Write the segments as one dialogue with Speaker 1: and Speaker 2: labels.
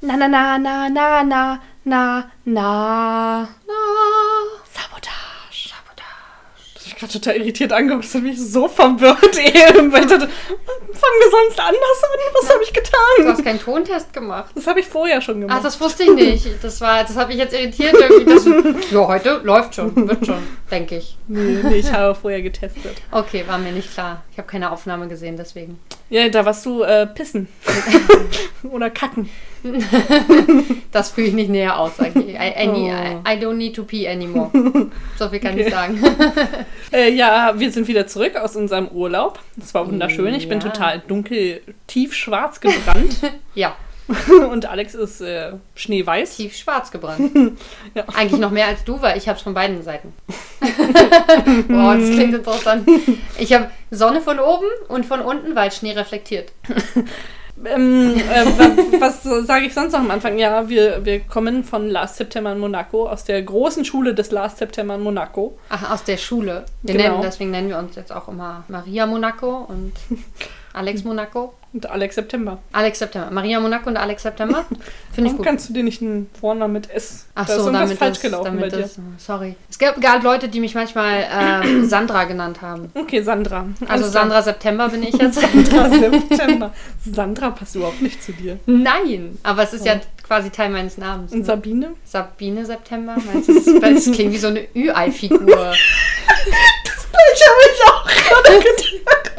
Speaker 1: Na na na na na na na na.
Speaker 2: Ah,
Speaker 1: Sabotage.
Speaker 3: Ich bin gerade total irritiert angeguckt, das hat mich so verwirrt eben, weil ich dachte, fangen wir sonst anders an? Was habe ich
Speaker 2: Du hast
Speaker 3: getan?
Speaker 2: keinen Tontest gemacht.
Speaker 3: Das habe ich vorher schon
Speaker 2: Ach,
Speaker 3: gemacht.
Speaker 1: Also-
Speaker 2: das wusste ich nicht. Das war, das hat mich jetzt irritiert irgendwie. Das, ja, heute läuft schon, wird schon, denke ich.
Speaker 3: nee, nee, ich habe vorher getestet.
Speaker 2: Okay, war mir nicht klar. Ich habe keine Aufnahme gesehen, deswegen.
Speaker 3: Ja, da warst du äh, pissen. Oder kacken.
Speaker 2: Das fühle ich nicht näher aus. eigentlich. I, I, need-
Speaker 3: Oh.
Speaker 2: I, I don't need to pee anymore. So viel kann ich
Speaker 3: Okay.
Speaker 2: sagen.
Speaker 3: Äh, ja, wir sind wieder zurück aus unserem Urlaub. Das war wunderschön. Ich bin
Speaker 2: Ja.
Speaker 3: total dunkel, tiefschwarz gebrannt.
Speaker 2: Ja,
Speaker 3: und Alex ist äh, schneeweiß.
Speaker 2: tief schwarz gebrannt.
Speaker 3: Ja.
Speaker 2: Eigentlich noch mehr als du, weil ich habe es von beiden Seiten. Boah, das klingt interessant. Ich habe Sonne von oben und von unten, weil Schnee reflektiert.
Speaker 3: Ähm, äh, wa- was sage ich sonst noch am Anfang? Ja, wir, wir kommen von Last September in Monaco, aus der großen Schule des Last September in Monaco.
Speaker 2: Ach, aus der Schule. Wir
Speaker 3: Genau.
Speaker 2: nennen, deswegen nennen wir uns jetzt auch immer Maria Monaco und Alex Monaco.
Speaker 3: Und Alex September.
Speaker 2: Alex September. Maria Monaco und Alex September. Finde ich
Speaker 3: Warum
Speaker 2: gut.
Speaker 3: kannst du dir nicht einen Vornamen mit S?
Speaker 2: Ach
Speaker 3: da ist
Speaker 2: so,
Speaker 3: irgendwas
Speaker 2: damit
Speaker 3: falsch
Speaker 2: das,
Speaker 3: gelaufen bei
Speaker 2: damit
Speaker 3: dir.
Speaker 2: das, sorry. Es gab, gab Leute, die mich manchmal ähm, Sandra genannt haben.
Speaker 3: Okay, Sandra.
Speaker 2: Also
Speaker 3: Alles klar.
Speaker 2: Sandra September bin ich jetzt.
Speaker 3: Sandra September. Sandra passt überhaupt nicht zu dir.
Speaker 2: Nein, aber es ist ja
Speaker 3: Oh.
Speaker 2: quasi Teil meines Namens.
Speaker 3: Und
Speaker 2: Ne?
Speaker 3: Sabine?
Speaker 2: Sabine September, meinst du, das, ist, das klingt wie so eine Ü-Ei-Figur.
Speaker 3: Das gleiche habe ich auch gerade gedacht.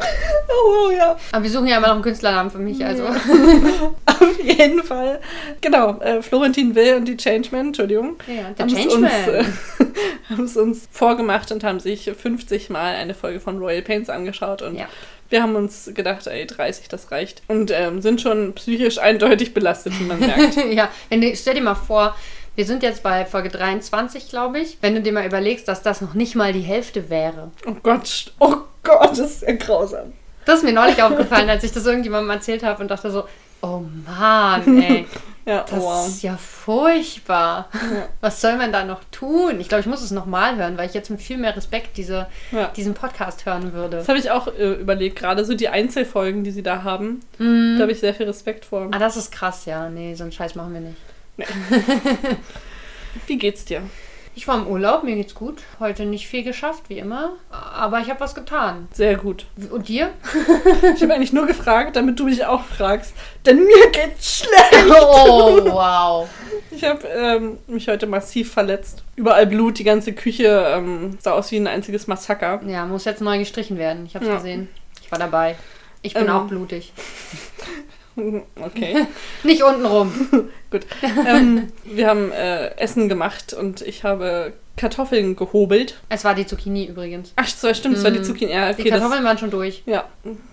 Speaker 3: Oh ja.
Speaker 2: Aber wir suchen ja immer noch einen Künstlernamen für mich, also.
Speaker 3: Auf jeden Fall. Genau, äh, Florentin Will und die Changeman, Entschuldigung.
Speaker 2: Ja, der
Speaker 3: haben es
Speaker 2: Changeman.
Speaker 3: Uns, äh, haben es uns vorgemacht und haben sich 50 Mal eine Folge von Royal Pains angeschaut. Und
Speaker 2: Ja.
Speaker 3: wir haben uns gedacht, ey, 30, das reicht. Und ähm, sind schon psychisch eindeutig belastet, wie man merkt.
Speaker 2: ja, wenn du, stell dir mal vor, wir sind jetzt bei Folge 23, glaube ich. Wenn du dir mal überlegst, dass das noch nicht mal die Hälfte wäre.
Speaker 3: oh Gott, st- oh Gott, das ist ja grausam.
Speaker 2: Das ist mir neulich aufgefallen, als ich das irgendjemandem erzählt habe und dachte so, oh Mann, ey,
Speaker 3: Ja, oh
Speaker 2: das
Speaker 3: wow.
Speaker 2: ist ja furchtbar. Was soll man da noch tun? Ich glaube, ich muss es nochmal hören, weil ich jetzt mit viel mehr Respekt diese,
Speaker 3: Ja.
Speaker 2: diesen Podcast hören würde.
Speaker 3: Das habe ich auch äh, überlegt, gerade so die Einzelfolgen, die sie da haben. Da habe ich sehr viel Respekt vor.
Speaker 2: Mhm. Ah, das ist krass, ja. Nee, so einen Scheiß machen wir nicht.
Speaker 3: Wie geht's dir?
Speaker 2: Ich war im Urlaub, mir geht's gut. Heute nicht viel geschafft, wie immer. Aber ich habe was getan.
Speaker 3: Sehr gut.
Speaker 2: Und dir?
Speaker 3: Ich habe eigentlich nur gefragt, damit du mich auch fragst. Denn mir geht's schlecht.
Speaker 2: Oh, wow.
Speaker 3: Ich habe ähm, mich heute massiv verletzt. Überall Blut, die ganze Küche ähm, sah aus wie ein einziges Massaker.
Speaker 2: Ja, muss jetzt neu gestrichen werden. Ich hab's
Speaker 3: Ja.
Speaker 2: gesehen. Ich war dabei. Ich bin
Speaker 3: Ähm.
Speaker 2: auch blutig.
Speaker 3: Okay,
Speaker 2: Nicht untenrum.
Speaker 3: gut. Ähm, wir haben äh, Essen gemacht und ich habe Kartoffeln gehobelt.
Speaker 2: Es war die Zucchini übrigens.
Speaker 3: Ach, das war, stimmt, das war die Zucchini. Ja,
Speaker 2: Mm. die
Speaker 3: okay, das,
Speaker 2: Kartoffeln waren schon durch.
Speaker 3: ja.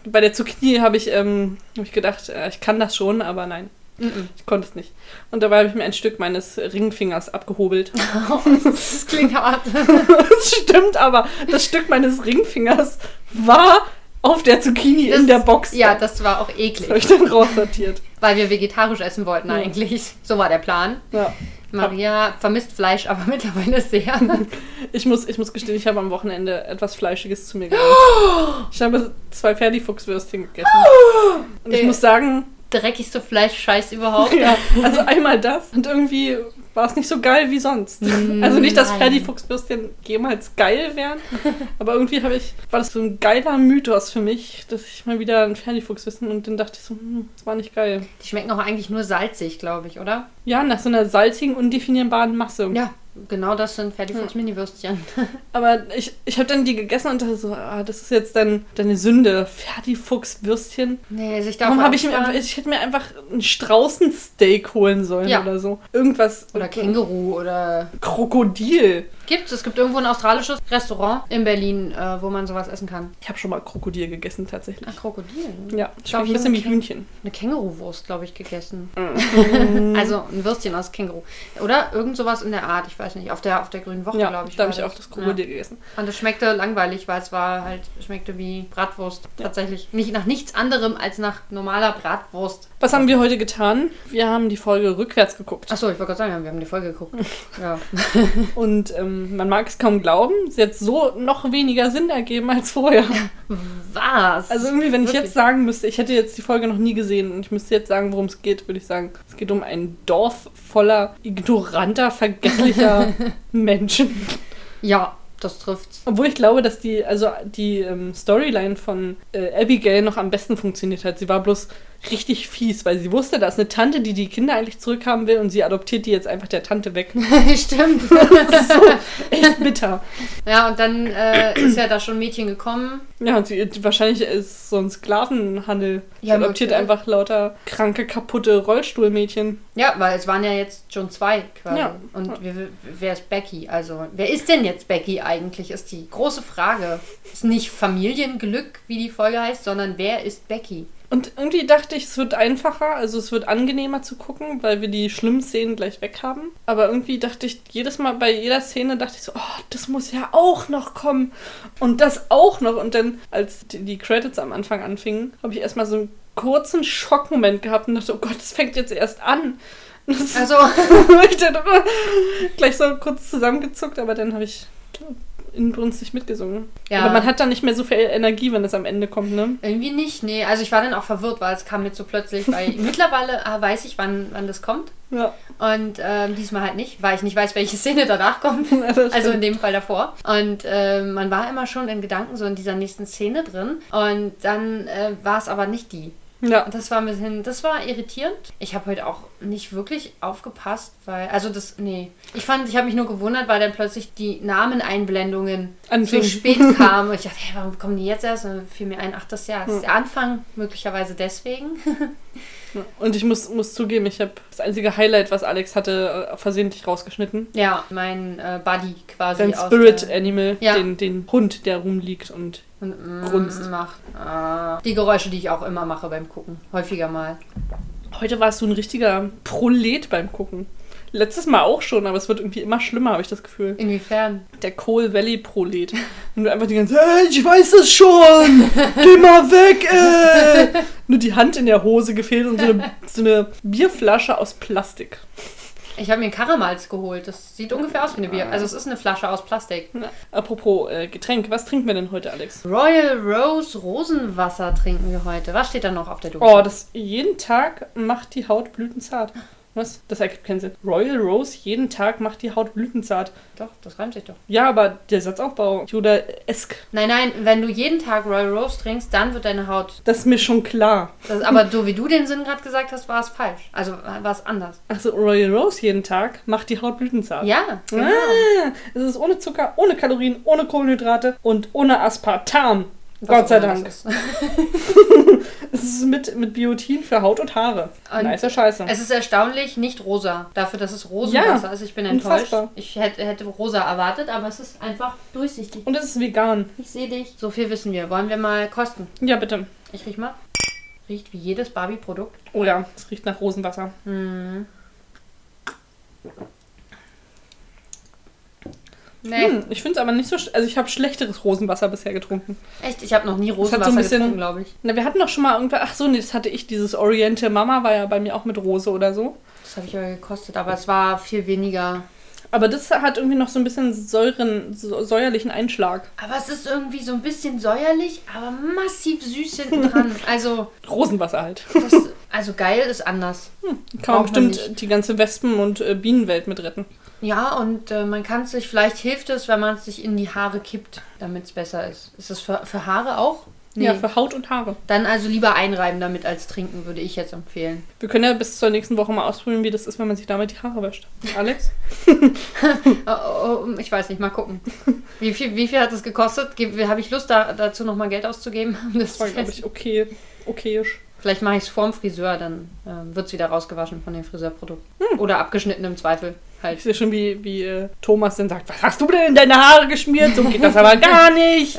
Speaker 3: Bei der Zucchini habe ich, ähm, hab ich gedacht, äh, ich kann das schon, aber nein,
Speaker 2: Mhm.
Speaker 3: ich konnte es nicht. Und dabei habe ich mir ein Stück meines Ringfingers abgehobelt.
Speaker 2: Das klingt hart.
Speaker 3: Das stimmt, aber das Stück meines Ringfingers war auf der Zucchini
Speaker 2: Das-
Speaker 3: in der Box.
Speaker 2: Ja, das war auch
Speaker 3: Das habe
Speaker 2: eklig.
Speaker 3: ich dann raussortiert.
Speaker 2: Weil wir vegetarisch essen wollten
Speaker 3: Ja.
Speaker 2: eigentlich. So war der Plan.
Speaker 3: Ja.
Speaker 2: Maria vermisst Fleisch, aber mittlerweile sehr.
Speaker 3: Ich muss, ich muss gestehen, ich habe am Wochenende etwas Fleischiges zu mir genommen. Ich habe zwei Ferdifuchswürstchen gegessen. Und ich
Speaker 2: Äh.
Speaker 3: muss sagen,
Speaker 2: Dreckigste Fleischscheiß überhaupt.
Speaker 3: ja, also einmal das und irgendwie war es nicht so geil wie sonst. Also nicht, dass
Speaker 2: nein.
Speaker 3: Ferdifuchswürstchen jemals geil wären, aber irgendwie habe ich, war das so ein geiler Mythos für mich, dass ich mal wieder ein Ferdifuchs wissen und dann dachte ich so, hm, das war nicht geil.
Speaker 2: Die schmecken auch eigentlich nur salzig, glaube ich, oder?
Speaker 3: Ja, nach so einer salzigen, undefinierbaren Masse.
Speaker 2: Ja, genau das sind Fertigfuchs-Mini-Würstchen.
Speaker 3: Aber ich, ich habe dann die gegessen und dachte so, ah, das ist jetzt dein, deine Sünde, Ferdifuchswürstchen.
Speaker 2: Nee, sich darauf
Speaker 3: Warum habe ich mir
Speaker 2: aufsparen.
Speaker 3: einfach, ich hätte mir einfach ein Straußensteak holen sollen
Speaker 2: Ja.
Speaker 3: oder so. Irgendwas.
Speaker 2: Oder Känguru oder
Speaker 3: Krokodil.
Speaker 2: Gibt's. Es gibt irgendwo ein australisches Restaurant in Berlin, äh, wo man sowas essen kann.
Speaker 3: Ich habe schon mal Krokodil gegessen tatsächlich.
Speaker 2: Ein Krokodil. ne?
Speaker 3: Ja,
Speaker 2: glaub,
Speaker 3: schmeckt ein
Speaker 2: ich
Speaker 3: bisschen
Speaker 2: hab
Speaker 3: wie
Speaker 2: einen
Speaker 3: Hühnchen.
Speaker 2: Eine Känguruwurst, glaube ich, gegessen.
Speaker 3: Mhm.
Speaker 2: also ein Würstchen aus Känguru. Oder irgend sowas in der Art, ich weiß nicht. Auf der, auf der grünen Woche,
Speaker 3: Ja,
Speaker 2: glaube ich.
Speaker 3: da
Speaker 2: war
Speaker 3: habe ich auch das Krokodil gegessen.
Speaker 2: Ja. Und es schmeckte langweilig, weil es war halt, schmeckte wie Bratwurst. Tatsächlich. Nicht nach nichts anderem als nach normaler Bratwurst.
Speaker 3: Was haben wir heute getan?
Speaker 2: Ah.
Speaker 3: Wir haben die Folge rückwärts geguckt.
Speaker 2: Achso, ich wollte gerade sagen, wir haben die Folge geguckt. ja.
Speaker 3: Und ähm, ähm, man mag es kaum glauben, es jetzt so noch weniger Sinn ergeben als vorher.
Speaker 2: Was?
Speaker 3: Also irgendwie, wenn ich
Speaker 2: Wirklich?
Speaker 3: jetzt sagen müsste, ich hätte jetzt die Folge noch nie gesehen und ich müsste jetzt sagen, worum es geht, würde ich sagen, es geht um ein Dorf voller ignoranter, vergesslicher Menschen.
Speaker 2: Ja, das trifft's.
Speaker 3: Obwohl ich glaube, dass die, also die ähm, Storyline von äh, Abigail noch am besten funktioniert hat. Sie war bloß richtig fies, weil sie wusste, da ist eine Tante, die die Kinder eigentlich zurückhaben will und sie adoptiert die jetzt einfach der Tante weg.
Speaker 2: Stimmt.
Speaker 3: Echt bitter.
Speaker 2: ja, und dann äh, ist ja da schon ein Mädchen gekommen.
Speaker 3: Ja, und sie, wahrscheinlich ist so ein Sklavenhandel. Sie
Speaker 2: Ja,
Speaker 3: adoptiert
Speaker 2: möglich.
Speaker 3: einfach lauter kranke, kaputte Rollstuhlmädchen.
Speaker 2: Ja, weil es waren ja jetzt schon zwei quasi.
Speaker 3: Ja.
Speaker 2: Und wer, wer ist Becky? Also, wer ist denn jetzt Becky eigentlich? Ist die große Frage. Ist nicht Familienglück, wie die Folge heißt, sondern wer ist Becky?
Speaker 3: Und irgendwie dachte ich, es wird einfacher, also es wird angenehmer zu gucken, weil wir die schlimmen Szenen gleich weghaben. Aber irgendwie dachte ich, jedes Mal bei jeder Szene dachte ich so, oh, das muss ja auch noch kommen. Und das auch noch. Und dann, als die, die Credits am Anfang anfingen, habe ich erstmal so einen kurzen Schockmoment gehabt und dachte, oh Gott, es fängt jetzt erst an. Und Das
Speaker 2: Also,
Speaker 3: ich dann immer gleich so kurz zusammengezuckt, aber dann habe ich inbrünstig mitgesungen.
Speaker 2: Ja.
Speaker 3: Aber man hat dann nicht mehr so viel Energie, wenn es am Ende kommt, ne?
Speaker 2: irgendwie nicht. Nee, also ich war dann auch verwirrt, weil es kam jetzt so plötzlich, weil mittlerweile ah, weiß ich, wann, wann das kommt.
Speaker 3: Ja.
Speaker 2: Und ähm, diesmal halt nicht, weil ich nicht weiß, welche Szene danach kommt.
Speaker 3: Ja, das
Speaker 2: also in
Speaker 3: stimmt.
Speaker 2: dem Fall davor. Und ähm, man war immer schon in Gedanken so in dieser nächsten Szene drin. Und dann äh, war es aber nicht die.
Speaker 3: Ja.
Speaker 2: Und das war ein bisschen, das war irritierend. Ich habe heute auch nicht wirklich aufgepasst, weil, also das, nee. Ich fand, ich habe mich nur gewundert, weil dann plötzlich die Nameneinblendungen
Speaker 3: Anfingen.
Speaker 2: so spät kamen. Und ich dachte, hey, warum kommen die jetzt erst? Und dann fiel mir ein, ach, das Jahr. Das ist der
Speaker 3: Hm.
Speaker 2: Anfang, möglicherweise deswegen.
Speaker 3: Und ich muss, muss zugeben, ich habe das einzige Highlight, was Alex hatte, äh, versehentlich rausgeschnitten.
Speaker 2: ja, mein äh, Buddy quasi.
Speaker 3: Sein
Speaker 2: aus
Speaker 3: Spirit äh,
Speaker 2: der-
Speaker 3: Animal,
Speaker 2: Ja.
Speaker 3: den, den Hund, der rumliegt und grunzt.
Speaker 2: mm, macht. Ah. Die Geräusche, die ich auch immer mache beim Gucken. Häufiger mal.
Speaker 3: Heute warst du ein richtiger Prolet beim Gucken. Letztes Mal auch schon, aber es wird irgendwie immer schlimmer, habe ich das Gefühl.
Speaker 2: Inwiefern?
Speaker 3: Der Coal Valley Prolet. Und du einfach die ganze Zeit, hey, ich weiß es schon! Geh mal weg, ey! Nur die Hand in der Hose gefehlt und so eine, so eine Bierflasche aus Plastik.
Speaker 2: Ich habe mir einen Karamals geholt. Das sieht ungefähr aus wie eine
Speaker 3: Ah.
Speaker 2: Bier. Also es ist eine Flasche aus Plastik.
Speaker 3: Na, Apropos äh, Getränk, was trinken wir denn heute, Alex?
Speaker 2: Royal Rose Rosenwasser trinken wir heute. Was steht da noch auf der Dose?
Speaker 3: Oh, das jeden Tag macht die Haut blütenzart. Was? Das ergibt keinen Sinn. Royal Rose, jeden Tag macht die Haut blütenzart.
Speaker 2: doch, das reimt sich doch.
Speaker 3: Ja, aber der Satzaufbau, Judah-esk,
Speaker 2: Nein, nein, wenn du jeden Tag Royal Rose trinkst, dann wird deine Haut.
Speaker 3: das ist mir schon klar.
Speaker 2: Das, aber so wie du den Sinn gerade gesagt hast, war es falsch. Also war es anders.
Speaker 3: Also Royal Rose jeden Tag macht die Haut blütenzart.
Speaker 2: Ja, genau.
Speaker 3: Ah, es ist ohne Zucker, ohne Kalorien, ohne Kohlenhydrate und ohne Aspartam.
Speaker 2: Was
Speaker 3: Gott sei
Speaker 2: auch immer
Speaker 3: Dank.
Speaker 2: das ist.
Speaker 3: Es ist mit, mit Biotin für Haut und Haare.
Speaker 2: Und
Speaker 3: Nicer Scheiße.
Speaker 2: Es ist erstaunlich nicht rosa, dafür, dass es Rosenwasser
Speaker 3: Ja,
Speaker 2: ist. Ich bin enttäuscht.
Speaker 3: unfassbar.
Speaker 2: Ich hätte, hätte rosa erwartet, aber es ist einfach durchsichtig.
Speaker 3: Und es ist vegan.
Speaker 2: Ich sehe dich. So viel wissen wir. Wollen wir mal kosten?
Speaker 3: Ja, bitte.
Speaker 2: Ich riech mal. Riecht wie jedes Barbie-Produkt.
Speaker 3: Oh ja, es riecht nach Rosenwasser.
Speaker 2: Nee.
Speaker 3: Hm, ich finde es aber nicht so. sch- Also, ich habe schlechteres Rosenwasser bisher getrunken.
Speaker 2: Echt, ich habe noch nie
Speaker 3: hat so ein
Speaker 2: Rosenwasser
Speaker 3: bisschen-
Speaker 2: getrunken, glaube ich.
Speaker 3: Na, wir hatten doch schon mal irgendwann. Ach so, nee, das hatte ich. Dieses Oriente Mama war ja bei mir auch mit Rose oder so.
Speaker 2: Das habe ich aber gekostet, aber es war viel weniger.
Speaker 3: Aber das hat irgendwie noch so ein bisschen säuren, so- säuerlichen Einschlag.
Speaker 2: Aber es ist irgendwie so ein bisschen säuerlich, aber massiv süß hinten dran. Also,
Speaker 3: Rosenwasser halt.
Speaker 2: das, also geil ist anders.
Speaker 3: Kann man
Speaker 2: Braucht man
Speaker 3: bestimmt die ganze Wespen- und äh, Bienenwelt mit retten.
Speaker 2: Ja, und äh, man kann es sich, vielleicht hilft es, wenn man es sich in die Haare kippt, damit es besser ist. Ist das für, für Haare auch?
Speaker 3: Ja, für Haut und Haare.
Speaker 2: Dann also lieber einreiben damit als trinken, würde ich jetzt empfehlen.
Speaker 3: Wir können ja bis zur nächsten Woche mal ausprobieren, wie das ist, wenn man sich damit die Haare wäscht. Alex?
Speaker 2: Oh, oh, oh, ich weiß nicht, mal gucken. Wie viel, wie viel hat es gekostet? Ge- Habe ich Lust, da, dazu nochmal Geld auszugeben? Um Das
Speaker 3: Das war, glaube ich, okay. Okayisch.
Speaker 2: Vielleicht mache ich es vorm Friseur, dann ähm, wird es wieder rausgewaschen von den Friseurprodukten.
Speaker 3: Hm.
Speaker 2: Oder abgeschnitten im Zweifel.
Speaker 3: Ich
Speaker 2: Halt.
Speaker 3: sehe schon, wie, wie äh, Thomas dann sagt: Was hast du denn in deine Haare geschmiert? So geht das aber gar nicht.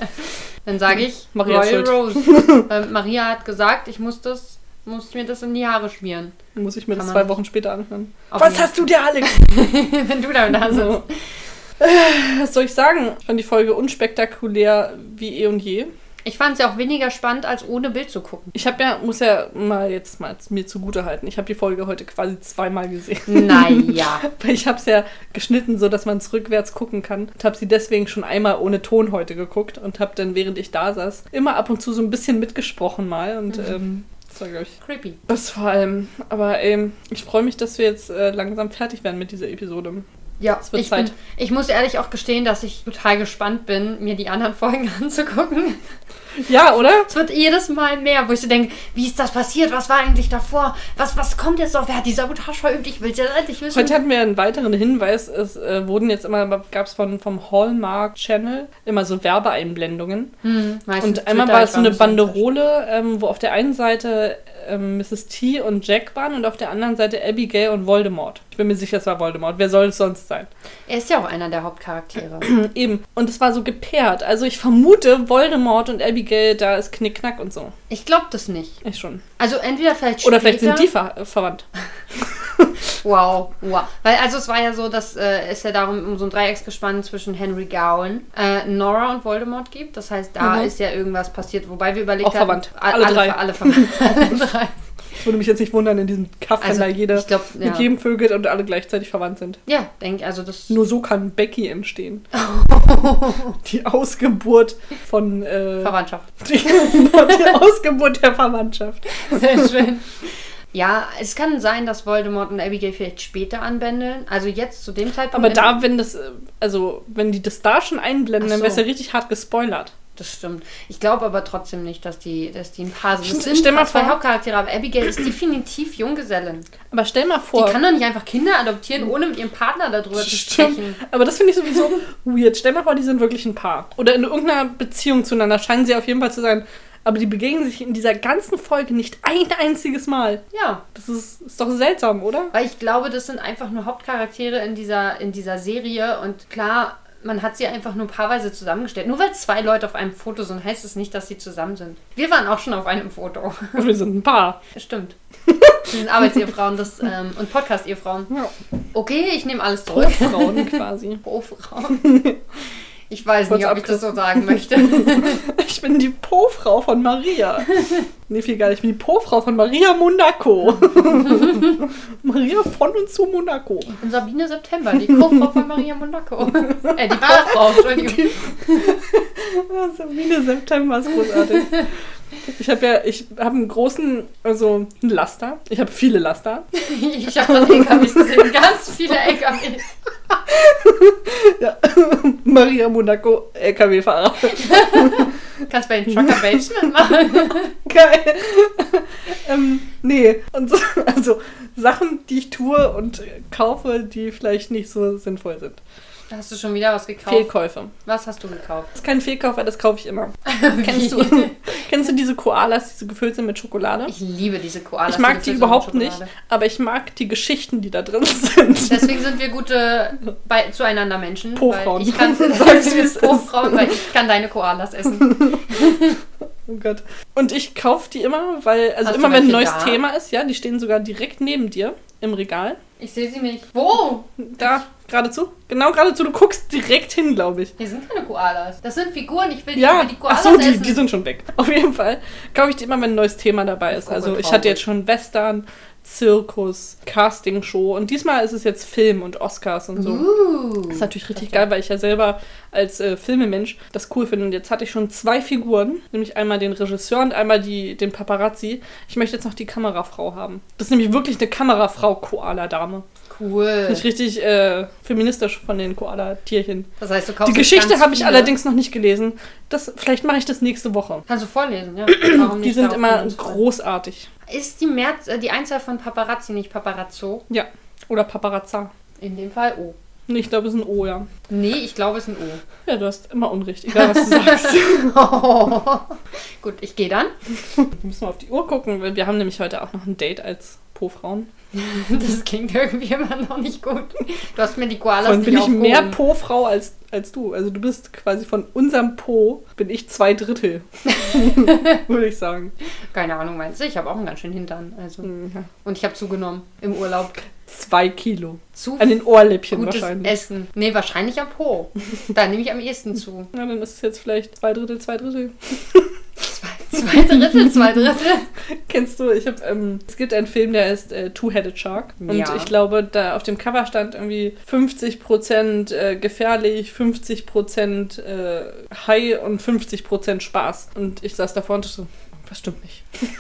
Speaker 2: Dann sage ich
Speaker 3: Maria ist
Speaker 2: Royal
Speaker 3: schuld.
Speaker 2: Rose. ähm, Maria hat gesagt, ich muss das, muss mir das in die Haare schmieren.
Speaker 3: Dann muss ich mir das
Speaker 2: Kann man
Speaker 3: zwei
Speaker 2: nicht.
Speaker 3: Wochen später anhören.
Speaker 2: Auf
Speaker 3: Was
Speaker 2: jeden-
Speaker 3: hast du dir, Alex?
Speaker 2: Wenn du da da sitzt.
Speaker 3: Was soll ich sagen? Ich fand die Folge unspektakulär wie eh und je.
Speaker 2: Ich fand es ja auch weniger spannend, als ohne Bild zu gucken.
Speaker 3: Ich habe ja, muss ja mal jetzt mal mir zugute halten, ich habe die Folge heute quasi zweimal gesehen.
Speaker 2: Naja.
Speaker 3: Weil ich habe es ja geschnitten, so dass man es rückwärts gucken kann. Und habe sie deswegen schon einmal ohne Ton heute geguckt und habe dann, während ich da saß, immer ab und zu so ein bisschen mitgesprochen mal. Und ähm, das war, glaube ich,
Speaker 2: Creepy.
Speaker 3: das vor allem. Aber ähm, ich freue mich, dass wir jetzt äh, langsam fertig werden mit dieser Episode.
Speaker 2: Ja,
Speaker 3: Es wird
Speaker 2: ich, bin,
Speaker 3: Zeit.
Speaker 2: ich muss ehrlich auch gestehen, dass ich total gespannt bin, mir die anderen Folgen anzugucken.
Speaker 3: Ja, oder?
Speaker 2: Es wird jedes Mal mehr, wo ich so denke, wie ist das passiert? Was war eigentlich davor? Was, was kommt jetzt noch? Wer hat die Sabotage verübt? Ich will es jetzt endlich wissen.
Speaker 3: Heute hatten wir einen weiteren Hinweis. Es äh, wurden jetzt immer, gab es von, vom Hallmark Channel immer so Werbeeinblendungen.
Speaker 2: Hm, meistens
Speaker 3: Und einmal
Speaker 2: Twitter,
Speaker 3: war
Speaker 2: ich
Speaker 3: es so eine
Speaker 2: ein bisschen
Speaker 3: Banderole, ähm, wo auf der einen Seite ähm, Mrs. T und Jack waren und auf der anderen Seite Abigail und Voldemort. Ich bin mir sicher, es war Voldemort. Wer soll es sonst sein? Ähm,
Speaker 2: enttäuscht. Er ist ja auch einer der Hauptcharaktere.
Speaker 3: Eben. Und es war so gepaart. Also ich vermute, Voldemort und Abigail, da ist Knickknack und so.
Speaker 2: Ich glaube das nicht.
Speaker 3: Ich schon.
Speaker 2: Also entweder vielleicht
Speaker 3: Oder
Speaker 2: später,
Speaker 3: vielleicht sind die ver äh, verwandt.
Speaker 2: Wow, wow. Weil also es war ja so, dass äh, es ja darum um so ein Dreiecksgespann zwischen Henry Gowan, äh, Nora und Voldemort gibt. Das heißt, da
Speaker 3: Mhm.
Speaker 2: ist ja irgendwas passiert. Wobei wir überlegt
Speaker 3: Auch
Speaker 2: haben,
Speaker 3: verwandt.
Speaker 2: a-
Speaker 3: Alle drei.
Speaker 2: Alle, alle verwandt. alle drei.
Speaker 3: Ich würde mich jetzt nicht wundern in diesem Kaff, wenn
Speaker 2: Also,
Speaker 3: da jeder
Speaker 2: ich glaub, ja.
Speaker 3: mit jedem vögelt und alle gleichzeitig verwandt sind.
Speaker 2: Ja, denke also das.
Speaker 3: Nur so kann Becky entstehen. Die Ausgeburt von äh,
Speaker 2: Verwandtschaft.
Speaker 3: die, die Ausgeburt der Verwandtschaft.
Speaker 2: Sehr schön. Ja, es kann sein, dass Voldemort und Abigail vielleicht später anbändeln. Also jetzt zu dem Zeitpunkt.
Speaker 3: Aber
Speaker 2: wenn-
Speaker 3: da, wenn das, äh, also wenn die das da schon einblenden,
Speaker 2: Ach
Speaker 3: dann wäre es ja
Speaker 2: so.
Speaker 3: richtig hart gespoilert.
Speaker 2: Das stimmt. Ich glaube aber trotzdem nicht, dass die, dass die ein Paar sind.
Speaker 3: Stimmt,
Speaker 2: Es sind
Speaker 3: stell mal
Speaker 2: zwei
Speaker 3: vor-
Speaker 2: Hauptcharaktere, aber Abigail ist definitiv Junggesellen.
Speaker 3: Aber stell mal vor.
Speaker 2: Die kann doch nicht einfach Kinder adoptieren, ohne mit ihrem Partner darüber zu sprechen.
Speaker 3: Stimmt. Aber das finde ich sowieso weird. Stell mal vor, die sind wirklich ein Paar. Oder in irgendeiner Beziehung zueinander scheinen sie auf jeden Fall zu sein. Aber die begegnen sich in dieser ganzen Folge nicht ein einziges Mal.
Speaker 2: Ja,
Speaker 3: Das ist, ist doch seltsam, oder?
Speaker 2: weil ich glaube, das sind einfach nur Hauptcharaktere in dieser, in dieser Serie und klar, man hat sie einfach nur paarweise zusammengestellt. Nur weil zwei Leute auf einem Foto sind, heißt es nicht, dass sie zusammen sind. Wir waren auch schon auf einem Foto.
Speaker 3: Wir sind ein Paar.
Speaker 2: Stimmt. Wir sind Arbeitsehefrauen das, ähm, und Podcast-Ehefrauen.
Speaker 3: Ja.
Speaker 2: Okay, ich nehme alles zurück.
Speaker 3: Hofrauen quasi.
Speaker 2: Hofrauen. Ich weiß
Speaker 3: Kurz
Speaker 2: nicht, ob ich das so sagen möchte.
Speaker 3: Ich bin die Po-Frau von Maria. Nee, viel gar nicht. Ich bin die Po-Frau von Maria Monaco. Maria von und zu Monaco.
Speaker 2: Und Sabine September, die Co-Frau von Maria Monaco. äh, die Barfrau, Entschuldigung.
Speaker 3: Ja, Sabine September ist großartig. Ich habe ja, ich habe einen großen, also einen Laster. Ich habe viele Laster.
Speaker 2: Ich habe gerade LKWs gesehen, ganz viele LKWs.
Speaker 3: Maria Monaco, LKW-Fahrer.
Speaker 2: Kannst bei den Trucker Babes mitmachen.
Speaker 3: Geil. ähm, nee, und so, also Sachen, die ich tue und äh, kaufe, die vielleicht nicht so sinnvoll sind.
Speaker 2: Da hast du schon wieder was gekauft.
Speaker 3: Fehlkäufe.
Speaker 2: was hast du gekauft?
Speaker 3: Das ist kein Fehlkauf, weil das kaufe ich immer. Kennst du, kennst du diese Koalas, die so gefüllt sind mit Schokolade?
Speaker 2: Ich liebe diese Koalas.
Speaker 3: Ich mag
Speaker 2: mit
Speaker 3: die
Speaker 2: Pfirsich und
Speaker 3: überhaupt nicht,
Speaker 2: Schokolade.
Speaker 3: aber ich mag die Geschichten, die da drin sind.
Speaker 2: Deswegen sind wir gute bei, zueinander Menschen. weil
Speaker 3: Po-Frauen.
Speaker 2: Ich kann
Speaker 3: Sag's, wie es ist.
Speaker 2: Po-Frauen, weil ich kann deine Koalas essen.
Speaker 3: Oh Gott. Und ich kaufe die immer, weil, also
Speaker 2: Hast
Speaker 3: immer
Speaker 2: du
Speaker 3: wenn ein neues
Speaker 2: welche da?
Speaker 3: Thema ist, ja, die stehen sogar direkt neben dir im Regal.
Speaker 2: Ich sehe sie nicht. Wo?
Speaker 3: Da, geradezu. Genau geradezu, du guckst direkt hin, glaube ich.
Speaker 2: Hier sind keine Koalas. Das sind Figuren. Ich will die, ich
Speaker 3: Ja,
Speaker 2: will die
Speaker 3: ach
Speaker 2: Koalas
Speaker 3: so, die,
Speaker 2: essen.
Speaker 3: die sind schon weg. Auf jeden Fall kaufe ich die immer, wenn ein neues Thema dabei ist.
Speaker 2: Oh,
Speaker 3: Also ich
Speaker 2: traurig.
Speaker 3: hatte jetzt schon Western, Zirkus, Castingshow und diesmal ist es jetzt Film und Oscars und so.
Speaker 2: uh.
Speaker 3: Das ist natürlich richtig geil, weil ich ja selber als äh, Filmemensch das cool finde. Und jetzt hatte ich schon zwei Figuren, nämlich einmal den Regisseur und einmal die, den Paparazzi. Ich möchte jetzt noch die Kamerafrau haben. Das ist nämlich wirklich eine Kamerafrau-Koala-Dame.
Speaker 2: Cool.
Speaker 3: Nicht richtig äh, feministisch von den Koala-Tierchen.
Speaker 2: Das heißt, du kaufst
Speaker 3: Die
Speaker 2: jetzt
Speaker 3: Geschichte
Speaker 2: ganz
Speaker 3: habe ich
Speaker 2: viele.
Speaker 3: allerdings noch nicht gelesen. Das, vielleicht mache ich das nächste Woche.
Speaker 2: Kannst du vorlesen, ja. Warum
Speaker 3: Die
Speaker 2: nicht?
Speaker 3: sind
Speaker 2: Darauf
Speaker 3: immer
Speaker 2: können wir uns freuen.
Speaker 3: großartig.
Speaker 2: Ist die, Merz, äh, die Einzahl von Paparazzi nicht Paparazzo?
Speaker 3: Ja. Oder Paparazza.
Speaker 2: In dem Fall O.
Speaker 3: Nee, ich glaube, es ist ein O, ja.
Speaker 2: Nee, ich glaube, es ist ein O.
Speaker 3: Ja, du hast immer Unrecht, egal was du sagst.
Speaker 2: Gut, ich gehe dann.
Speaker 3: Wir müssen mal auf die Uhr gucken, weil wir haben nämlich heute auch noch ein Date als Po-Frauen.
Speaker 2: Das klingt irgendwie immer noch nicht gut. Du hast mir die Koalas
Speaker 3: Von
Speaker 2: nicht um.
Speaker 3: bin ich
Speaker 2: aufgehoben.
Speaker 3: mehr Po-Frau als, als du. Also du bist quasi von unserem Po bin ich zwei Drittel. Würde ich sagen.
Speaker 2: Keine Ahnung, meinst du? Ich habe auch einen ganz schönen Hintern. Also.
Speaker 3: Hm.
Speaker 2: Und ich habe zugenommen im Urlaub.
Speaker 3: Zwei Kilo.
Speaker 2: Zu
Speaker 3: An den Ohrläppchen
Speaker 2: gutes
Speaker 3: wahrscheinlich.
Speaker 2: Essen. Nee, wahrscheinlich am Po. Da nehme ich am ehesten zu.
Speaker 3: Na, dann ist es jetzt vielleicht zwei Drittel, zwei Drittel.
Speaker 2: Zwei Drittel, zwei Drittel.
Speaker 3: Kennst du, ich habe, ähm, es gibt einen Film, der heißt äh, Two-Headed Shark. Und
Speaker 2: Ja.
Speaker 3: ich glaube, da auf dem Cover stand irgendwie 50% äh, gefährlich, 50% äh, high und 50% Spaß. Und ich saß davor und dachte so, was stimmt nicht?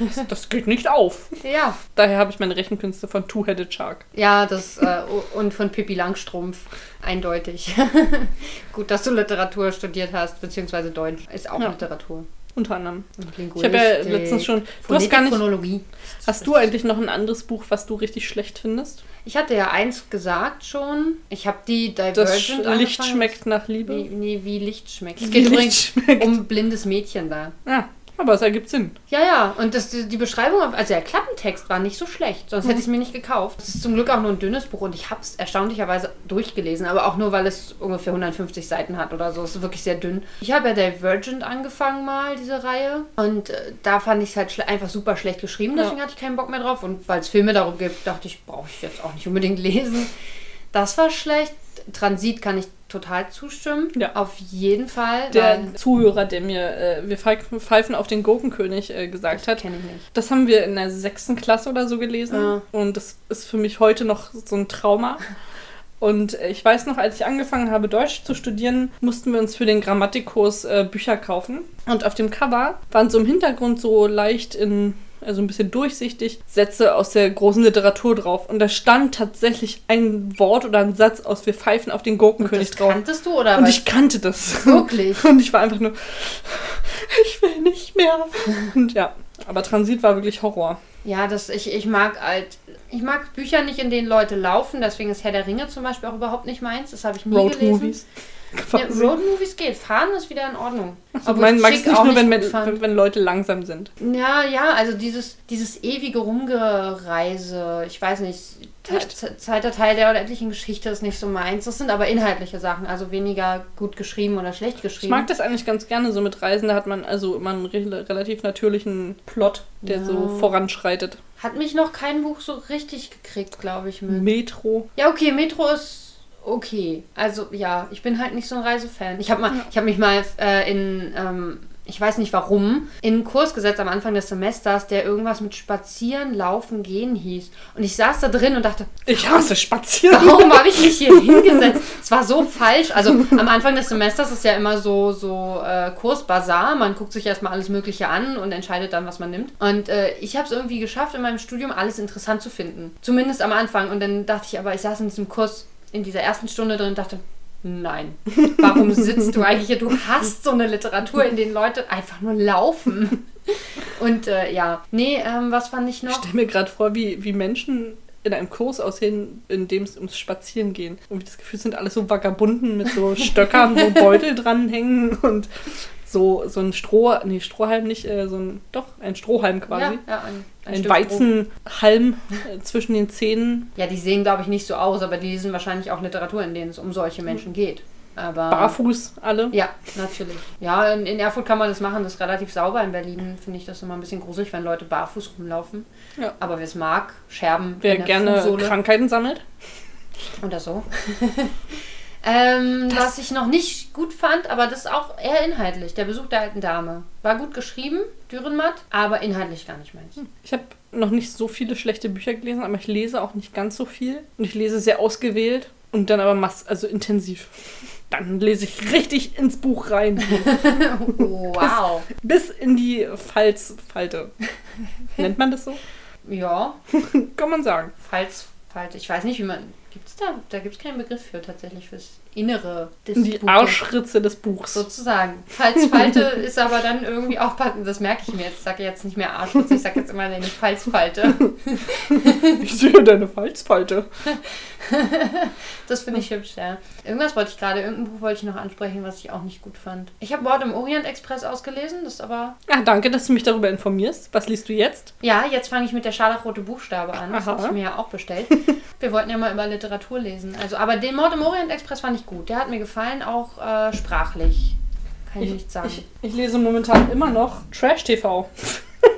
Speaker 3: Das, das geht nicht auf.
Speaker 2: Ja.
Speaker 3: Daher habe ich meine Rechenkünste von Two-Headed Shark.
Speaker 2: Ja, das äh, o- und von Pippi Langstrumpf eindeutig. Gut, dass du Literatur studiert hast, beziehungsweise Deutsch ist auch
Speaker 3: Ja.
Speaker 2: Literatur.
Speaker 3: Unter anderem.
Speaker 2: Und
Speaker 3: Ich habe ja letztens schon. Du hast gar nicht.
Speaker 2: Phonologie.
Speaker 3: Hast du eigentlich noch ein anderes Buch, was du richtig schlecht findest?
Speaker 2: Ich hatte ja eins gesagt schon. Ich habe die Divergent
Speaker 3: Das Sch- Licht
Speaker 2: angefangen.
Speaker 3: schmeckt nach Liebe.
Speaker 2: Wie, nee, wie Licht schmeckt. Es
Speaker 3: Wie
Speaker 2: geht
Speaker 3: Licht
Speaker 2: übrigens
Speaker 3: schmeckt.
Speaker 2: um blindes Mädchen da.
Speaker 3: Ja, aber es ergibt Sinn.
Speaker 2: Ja, ja. Und das, die die Beschreibung, auf- also der Klappentext war nicht so schlecht. Sonst
Speaker 3: Mhm.
Speaker 2: hätte ich es mir nicht gekauft. Es ist zum Glück auch nur ein dünnes Buch und ich habe es erstaunlicherweise durchgelesen. Aber auch nur, weil es ungefähr 150 Seiten hat oder so. Es ist wirklich sehr dünn. Ich habe ja Divergent angefangen mal, diese Reihe. Und äh, da fand ich es halt schle- einfach super schlecht geschrieben. Deswegen hatte ich keinen Bock mehr drauf. Und weil es Filme darum gibt, dachte ich, brauche ich jetzt auch nicht unbedingt lesen. Das war schlecht. Transit kann ich total zustimmen.
Speaker 3: Ja.
Speaker 2: Auf jeden Fall.
Speaker 3: Der
Speaker 2: weil-
Speaker 3: Zuhörer, der mir äh, wir pfeifen pfeifen auf den Gurkenkönig äh, gesagt hat,
Speaker 2: Kenn ich nicht.
Speaker 3: das haben wir in der sechsten Klasse oder so gelesen.
Speaker 2: Ja.
Speaker 3: Und das ist für mich heute noch so ein Trauma. Und äh, ich weiß noch, als ich angefangen habe, Deutsch zu studieren, mussten wir uns für den Grammatikkurs äh, Bücher kaufen. Und auf dem Cover waren so im Hintergrund so leicht in, also ein bisschen durchsichtig, Sätze aus der großen Literatur drauf. Und da stand tatsächlich ein Wort oder ein Satz aus Wir pfeifen auf den Gurkenkönig
Speaker 2: das
Speaker 3: drauf.
Speaker 2: kanntest du oder
Speaker 3: Und
Speaker 2: was?
Speaker 3: ich kannte das.
Speaker 2: Wirklich?
Speaker 3: Und ich war einfach nur, ich will nicht mehr. Und ja, aber Transit war wirklich Horror.
Speaker 2: Ja, das, ich, ich mag halt, ich mag Bücher nicht, in denen Leute laufen, deswegen ist Herr der Ringe zum Beispiel auch überhaupt nicht meins. Das habe ich nie
Speaker 3: Road
Speaker 2: gelesen.
Speaker 3: Movies.
Speaker 2: Ja, Road Movies geht, fahren ist wieder in Ordnung.
Speaker 3: Also
Speaker 2: Obwohl
Speaker 3: mein
Speaker 2: ich
Speaker 3: magst
Speaker 2: Chick
Speaker 3: nicht
Speaker 2: auch
Speaker 3: nur, wenn,
Speaker 2: gut
Speaker 3: wenn,
Speaker 2: fand.
Speaker 3: wenn Leute langsam sind.
Speaker 2: Ja, ja, also dieses, dieses ewige Rumgereise, ich weiß nicht, Te-
Speaker 3: Echt?
Speaker 2: Ze- zweiter Teil der unendlichen Geschichte ist nicht so meins. Das sind aber inhaltliche Sachen, also weniger gut geschrieben oder schlecht
Speaker 3: Ich
Speaker 2: geschrieben.
Speaker 3: mag das eigentlich ganz gerne, so mit Reisen, da hat man also immer einen re relativ natürlichen Plot, der
Speaker 2: Ja.
Speaker 3: so voranschreitet.
Speaker 2: Hat mich noch kein Buch so richtig gekriegt, glaube ich, mit.
Speaker 3: Metro.
Speaker 2: Ja, okay, Metro ist okay. Also ja, ich bin halt nicht so ein Reisefan. Ich habe mal, ich habe mich mal äh, in ähm, ich weiß nicht warum, in einen Kurs gesetzt am Anfang des Semesters, der irgendwas mit Spazieren, Laufen, Gehen hieß. Und ich saß da drin und dachte,
Speaker 3: Ich hasse Spazieren.
Speaker 2: warum habe ich mich hier hingesetzt? Es war so falsch. Also am Anfang des Semesters ist ja immer so, so äh, Kursbazar. Man guckt sich erstmal alles Mögliche an und entscheidet dann, was man nimmt. Und äh, ich habe es irgendwie geschafft, in meinem Studium alles interessant zu finden. Zumindest am Anfang. Und dann dachte ich, aber ich saß in diesem Kurs in dieser ersten Stunde drin und dachte, nein, warum sitzt du eigentlich hier? Du hast so eine Literatur, in denen Leute einfach nur laufen. Und äh, ja, nee, ähm, was fand ich
Speaker 3: Ich
Speaker 2: noch?
Speaker 3: stelle mir gerade vor, wie, wie Menschen in einem Kurs aussehen, in dem es ums Spazieren gehen. Und wie das Gefühl sind alle so vagabunden mit so Stöckern, wo Beutel dranhängen und so, so ein Stroh, nee, Strohhalm nicht, äh, so ein, doch, ein Strohhalm quasi.
Speaker 2: Ja, ja, ein, ein
Speaker 3: Ein
Speaker 2: Stück Brot.
Speaker 3: Weizenhalm äh, zwischen den Zähnen,
Speaker 2: Ja, die sehen, glaube ich, nicht so aus, aber die lesen wahrscheinlich auch Literatur, in denen es um solche Menschen geht. Aber.
Speaker 3: Hm. barfuß alle.
Speaker 2: Ja, natürlich. Ja, in, in Erfurt kann man das machen, das ist relativ sauber. In Berlin finde ich das immer ein bisschen gruselig, wenn Leute barfuß rumlaufen.
Speaker 3: Ja.
Speaker 2: Aber wer es mag, Scherben.
Speaker 3: Wer
Speaker 2: in der
Speaker 3: gerne
Speaker 2: Fußsohle
Speaker 3: Krankheiten sammelt.
Speaker 2: Oder so. ähm, was ich noch nicht gut fand, aber das ist auch eher inhaltlich. Der Besuch der alten Dame. War gut geschrieben, Dürrenmatt, aber inhaltlich gar nicht meins.
Speaker 3: Ich habe noch nicht so viele schlechte Bücher gelesen, aber ich lese auch nicht ganz so viel. Und ich lese sehr ausgewählt und dann aber mass also intensiv. Dann lese ich richtig ins Buch rein.
Speaker 2: wow.
Speaker 3: Bis in die Falzfalte. Nennt man das so?
Speaker 2: Ja,
Speaker 3: Kann man sagen.
Speaker 2: falls, falls, ich weiß nicht, wie man, gibt's da, da gibt's keinen Begriff für tatsächlich, fürs Innere des
Speaker 3: In die
Speaker 2: Buches.
Speaker 3: Arschritze des Buchs.
Speaker 2: Sozusagen. Falzfalte ist aber dann irgendwie auch passend. Das merke ich mir jetzt. Ich sage jetzt nicht mehr Arschritz, ich sage jetzt immer eine Falzfalte.
Speaker 3: Ich sehe deine Falzfalte.
Speaker 2: Das finde ich hübsch, ja. Irgendwas wollte ich gerade, irgendein Buch wollte ich noch ansprechen, was ich auch nicht gut fand. Ich habe Mord im Orient Express ausgelesen, das ist aber.
Speaker 3: Ah, danke, dass du mich darüber informierst. Was liest du jetzt?
Speaker 2: Ja, jetzt fange ich mit der scharlachrote Buchstabe an. Das
Speaker 3: Aha.
Speaker 2: habe ich mir ja auch bestellt. Wir wollten ja mal über Literatur lesen. Also, aber den Mord im Orient Express fand ich gut. Der hat mir gefallen, auch äh, sprachlich. Kann ich, nichts sagen.
Speaker 3: ich, ich lese momentan immer noch Trash TV.